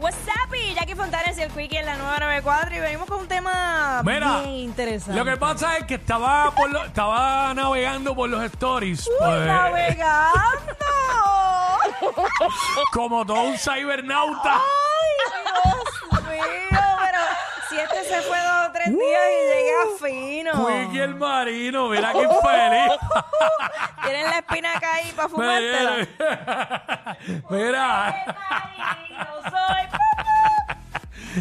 What's up, y Jackie Fontanes y el Quickie en la 994 y venimos con un tema Mira, bien interesante. Lo que pasa es que estaba, por lo- estaba navegando por los stories. ¡Uy, pues, navegando! como todo un cibernauta. ¡Ay, Dios mío! Pero si este se fue dos o tres días y llega fino. Uh, Quickie el marino, mira qué infeliz. Tienen la espina caída para fumártela. mira, mira, Yo soy...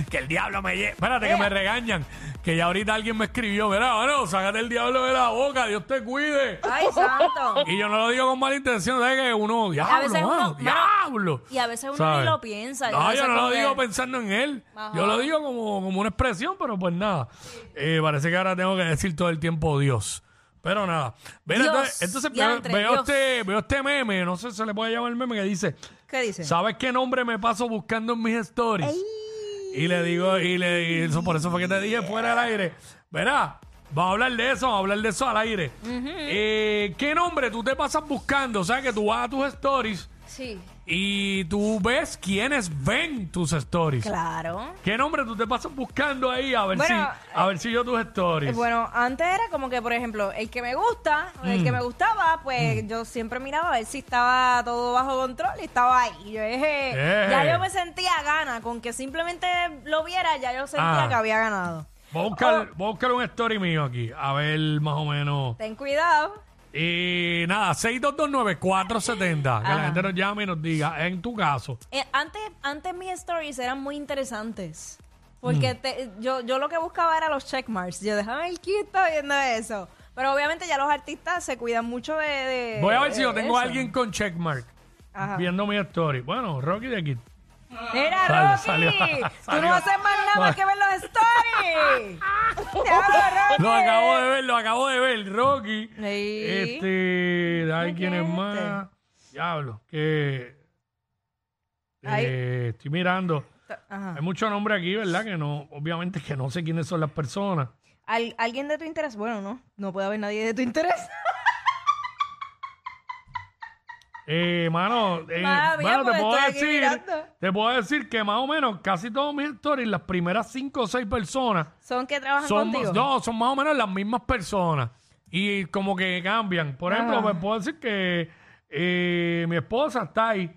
que el diablo me lleve. Espérate, que me regañan. Que ya ahorita alguien me escribió, mira, bueno, sácate el diablo de la boca, Dios te cuide. ¡Ay, santo! Y yo no lo digo con mala intención, ¿sabes? Que uno, diablo, veces uno- mano, mano, diablo. y a veces uno ¿Sabes? ni lo piensa. No, sé yo no cómo lo digo pues. que- pensando en él. Yo lo digo como, como una expresión, pero pues nada. Eh, parece que ahora tengo que decir todo el tiempo Dios. Pero nada. Mira, Dios, entonces, entonces veo, diantre, veo Dios. este, veo este meme, no sé si se le puede llamar meme, que dice, ¿Qué dice? ¿sabes qué nombre me paso buscando en mis stories? Y le digo, y, le, y eso, por eso fue que te dije fuera del aire. Verá, vamos a hablar de eso, vamos a hablar de eso al aire. Eh, ¿Qué nombre tú te pasas buscando? O sea, que tú vas a tus stories Sí. y tú ves quiénes ven tus stories. Claro. ¿Qué nombre tú te pasas buscando ahí a ver Bueno, si a ver si yo tus stories? Eh, Bueno, antes era como que, por ejemplo, el que me gusta, o el que Mm. me gustaba, pues yo siempre miraba a ver si estaba todo bajo control y estaba ahí. Y Yo dije, Eh. ya yo me sentía gana, con que simplemente lo viera, ya yo sentía Ah. que había ganado. voy, a buscar, oh. voy a buscar un story mío aquí, a ver más o menos. Ten cuidado. Y nada, 6229470, que la gente nos llame y nos diga, en tu caso. Eh, antes, antes mis stories eran muy interesantes. Mm. Porque te- yo, yo lo que buscaba era los checkmarks. Yo dejaba el quién está viendo eso. Pero obviamente ya los artistas se cuidan mucho de. de- Voy a ver si yo de tengo a eso. Ah. alguien con checkmark Ajá. viendo mi story. Bueno, Rocky de aquí. Mira, Salió, Rocky, salió, tú salió. no haces más nada más que ver los stories. Te hablo, Rocky. Lo acabo de ver, lo acabo de ver, Rocky. Sí. Este, hay quién es este. más. Diablo, que Ay. eh, estoy mirando. Ajá. Hay mucho nombre aquí, ¿verdad? Que no, obviamente que no sé quiénes son las personas. Al- ¿Alguien de tu interés? Bueno, no, no puede haber nadie de tu interés. Eh, mano, eh, Madre mía, bueno, pues, te puedo estoy aquí decir, mirando. te puedo decir que más o menos casi todos mis stories, las primeras cinco o seis personas Son que trabajan son, contigo. no, son más o menos las mismas personas y como que cambian. Ah. Por ejemplo, me puedo decir que eh, mi esposa está ahí,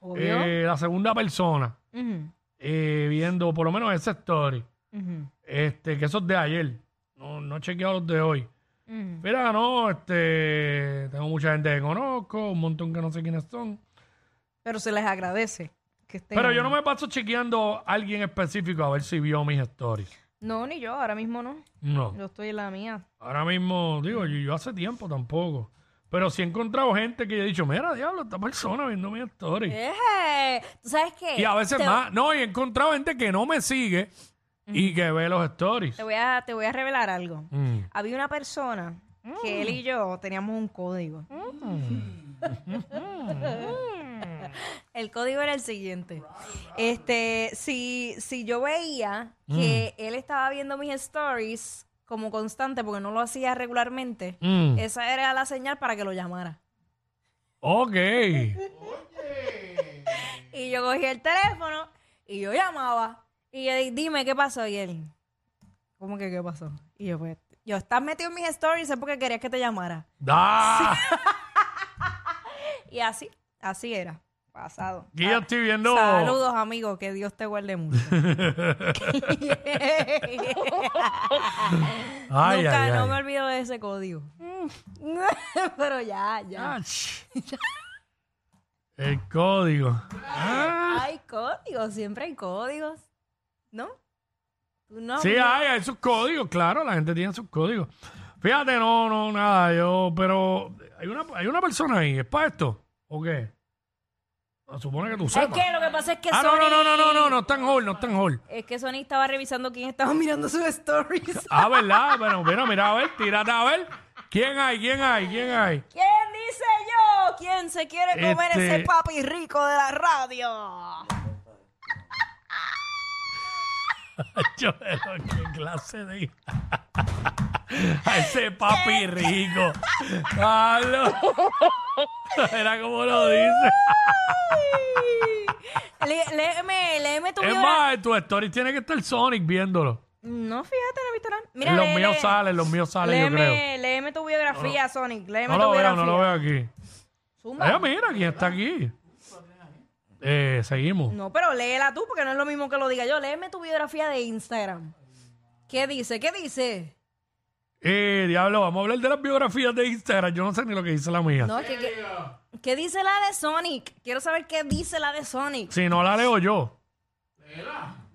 Obvio. eh, la segunda persona, Ujú, eh, viendo por lo menos esa story, ujú, este, que eso es de ayer, no, no he chequeado los de hoy. ujú. Mira, no, este, tengo mucha gente que conozco, un montón que no sé quiénes son. Pero se les agradece que estén. Pero yo no ahí. me paso chequeando a alguien específico a ver si vio mis stories. No, ni yo, ahora mismo no. No. Yo estoy en la mía. Ahora mismo, digo, yo, yo hace tiempo tampoco. Pero sí he encontrado gente que yo he dicho, mira, diablo, esta persona viendo mi story. Eh, ¿Tú sabes qué? Y a veces Te- más. No, y he encontrado gente que no me sigue y que ve los stories. Te voy a, te voy a revelar algo. Mm. Había una persona que él y yo teníamos un código. Mm. el código era el siguiente. Este, si, si yo veía que Mm. él estaba viendo mis stories como constante porque no lo hacía regularmente, Mm. esa era la señal para que lo llamara. Ok. Y yo cogí el teléfono y yo llamaba. Y yo di- dime, ¿qué pasó? Y él, ¿cómo que qué pasó? Y yo, pues, yo, estás metido en mis stories, es porque querías que te llamara. Da. Y así, así era. Pasado. Y yo estoy viendo. Saludos, amigos, que Dios te guarde mucho. Ay, Nunca, ay, no ay. me olvido de ese código. Pero ya, ya. Ach. El código. Ah. Hay códigos, siempre hay códigos. ¿No? Tú no. Sí, hay, hay sus códigos, claro, la gente tiene sus códigos. Fíjate, no, no, nada, yo, pero hay una, hay una persona ahí, ¿es para esto? ¿O qué? Se supone que tú Es sepas. que lo que pasa es que ah, no, no, Sony- no, no, no, no, no está en hall, no está en hall. Es que Sony estaba revisando quién estaba mirando sus stories. Ah, ¿verdad? Bueno, mira, mira, a ver, tírate a ver. ¿Quién hay? ¿Quién hay? ¿Quién hay? ¿Quién dice yo? ¿Quién se quiere comer Este- ese papi rico de la radio? Yo, pero qué clase de... A ese papi rico. Aló. Era como lo dice. Le- léeme, léeme tu Es biografía. más, en tu story tiene que estar Sonic viéndolo. No, fíjate, no he visto nada. Mira, En los lee- míos lee- salen, los míos salen, yo léeme, creo. léeme tu biografía, Sonic. Léeme tu No lo veo, biografía. no lo veo aquí. Zumba. Ay, mira, quién está aquí. Eh, seguimos. No, pero léela tú, porque no es lo mismo que lo diga yo. Léeme tu biografía de Instagram. ¿Qué dice? ¿Qué dice? Eh, diablo, vamos a hablar de las biografías de Instagram. Yo no sé ni lo que dice la mía. No, es que, que- ¿Qué dice la de Sonic? Quiero saber qué dice la de Sonic. Si no la leo yo.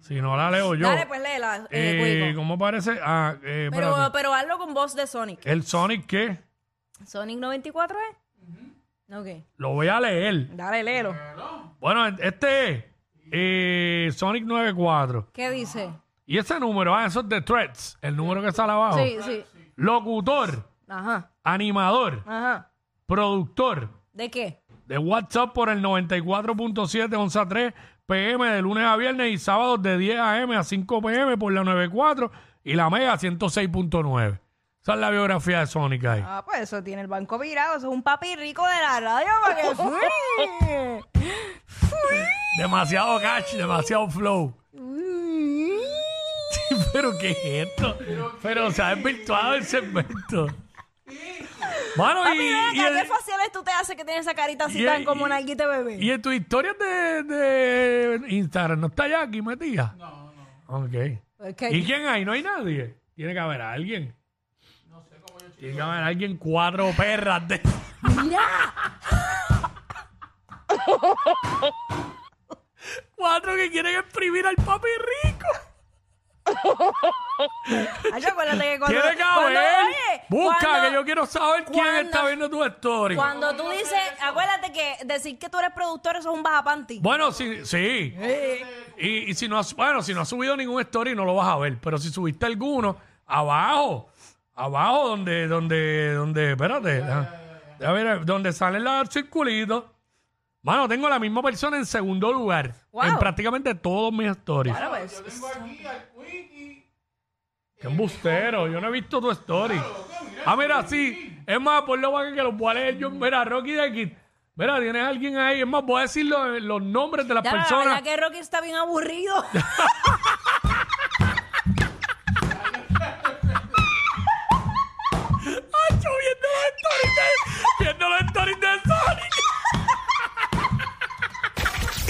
Si no la leo yo. Dale, pues léela. eh, Eh, Cuico. ¿Cómo parece? Ah, eh, pero, espérate. pero hazlo con voz de Sonic. ¿El Sonic qué? ¿Sonic 94 es? Ok. Lo voy a leer. Dale, léelo. Bueno, este es eh, Sonic 94. ¿Qué dice? Y ese número, ah, eso es de Threads, el número que sale abajo. Sí, sí. Locutor, Ajá, animador, ajá. productor ¿De qué? de WhatsApp por el 94.7 11 a 3 PM de lunes a viernes y sábados de 10 AM a 5 PM por la 94 y la Mega 106.9. Esa es la biografía de Sonic ahí. Ah, pues eso tiene el banco virado. Eso es un papi rico de la radio. ¿para qué fue? Demasiado catch, demasiado flow. Mm. Sí, pero ¿qué es esto? Pero se ha desvirtuado el segmento. Mano, y, Papi, ven y acá, en- ¿qué faciales tú te haces que tienes esa carita así y- tan como y- una guita bebé? y en tus historias de, de Instagram, ¿no está Jackie metida? No, no. Ok. Pues que- ¿Y quién hay? ¿No hay nadie? Tiene que haber alguien. No sé cómo yo Tiene que haber alguien cuatro perras de... cuatro que quieren exprimir al papi rico. Ay, acuérdate que cuando, Tiene que cuando- haber. oye, Busca, cuando- que yo quiero saber quién cuando- está viendo tu story. Cuando tú dices, acuérdate que decir que tú eres productor eso es un baja panty. Bueno, sí, sí. Y, y si no has, bueno, si no has subido ningún story, no lo vas a ver. Pero si subiste alguno, abajo, abajo, donde, donde, donde, espérate, a ver, donde sale el circulito. Mano, tengo la misma persona en segundo lugar Wow. en prácticamente todos mis stories. Claro, pues. Qué embustero, yo no he visto tu story. Ah, mira, sí. Es más, ponlo para que los voy a leer yo. Mira, Rocky de aquí. Mira, tienes alguien ahí. Es más, voy a decir los, los nombres de las Ya, la personas. verdad que Rocky está bien aburrido. Yo viendo los stories de, viendo los stories de Sonic.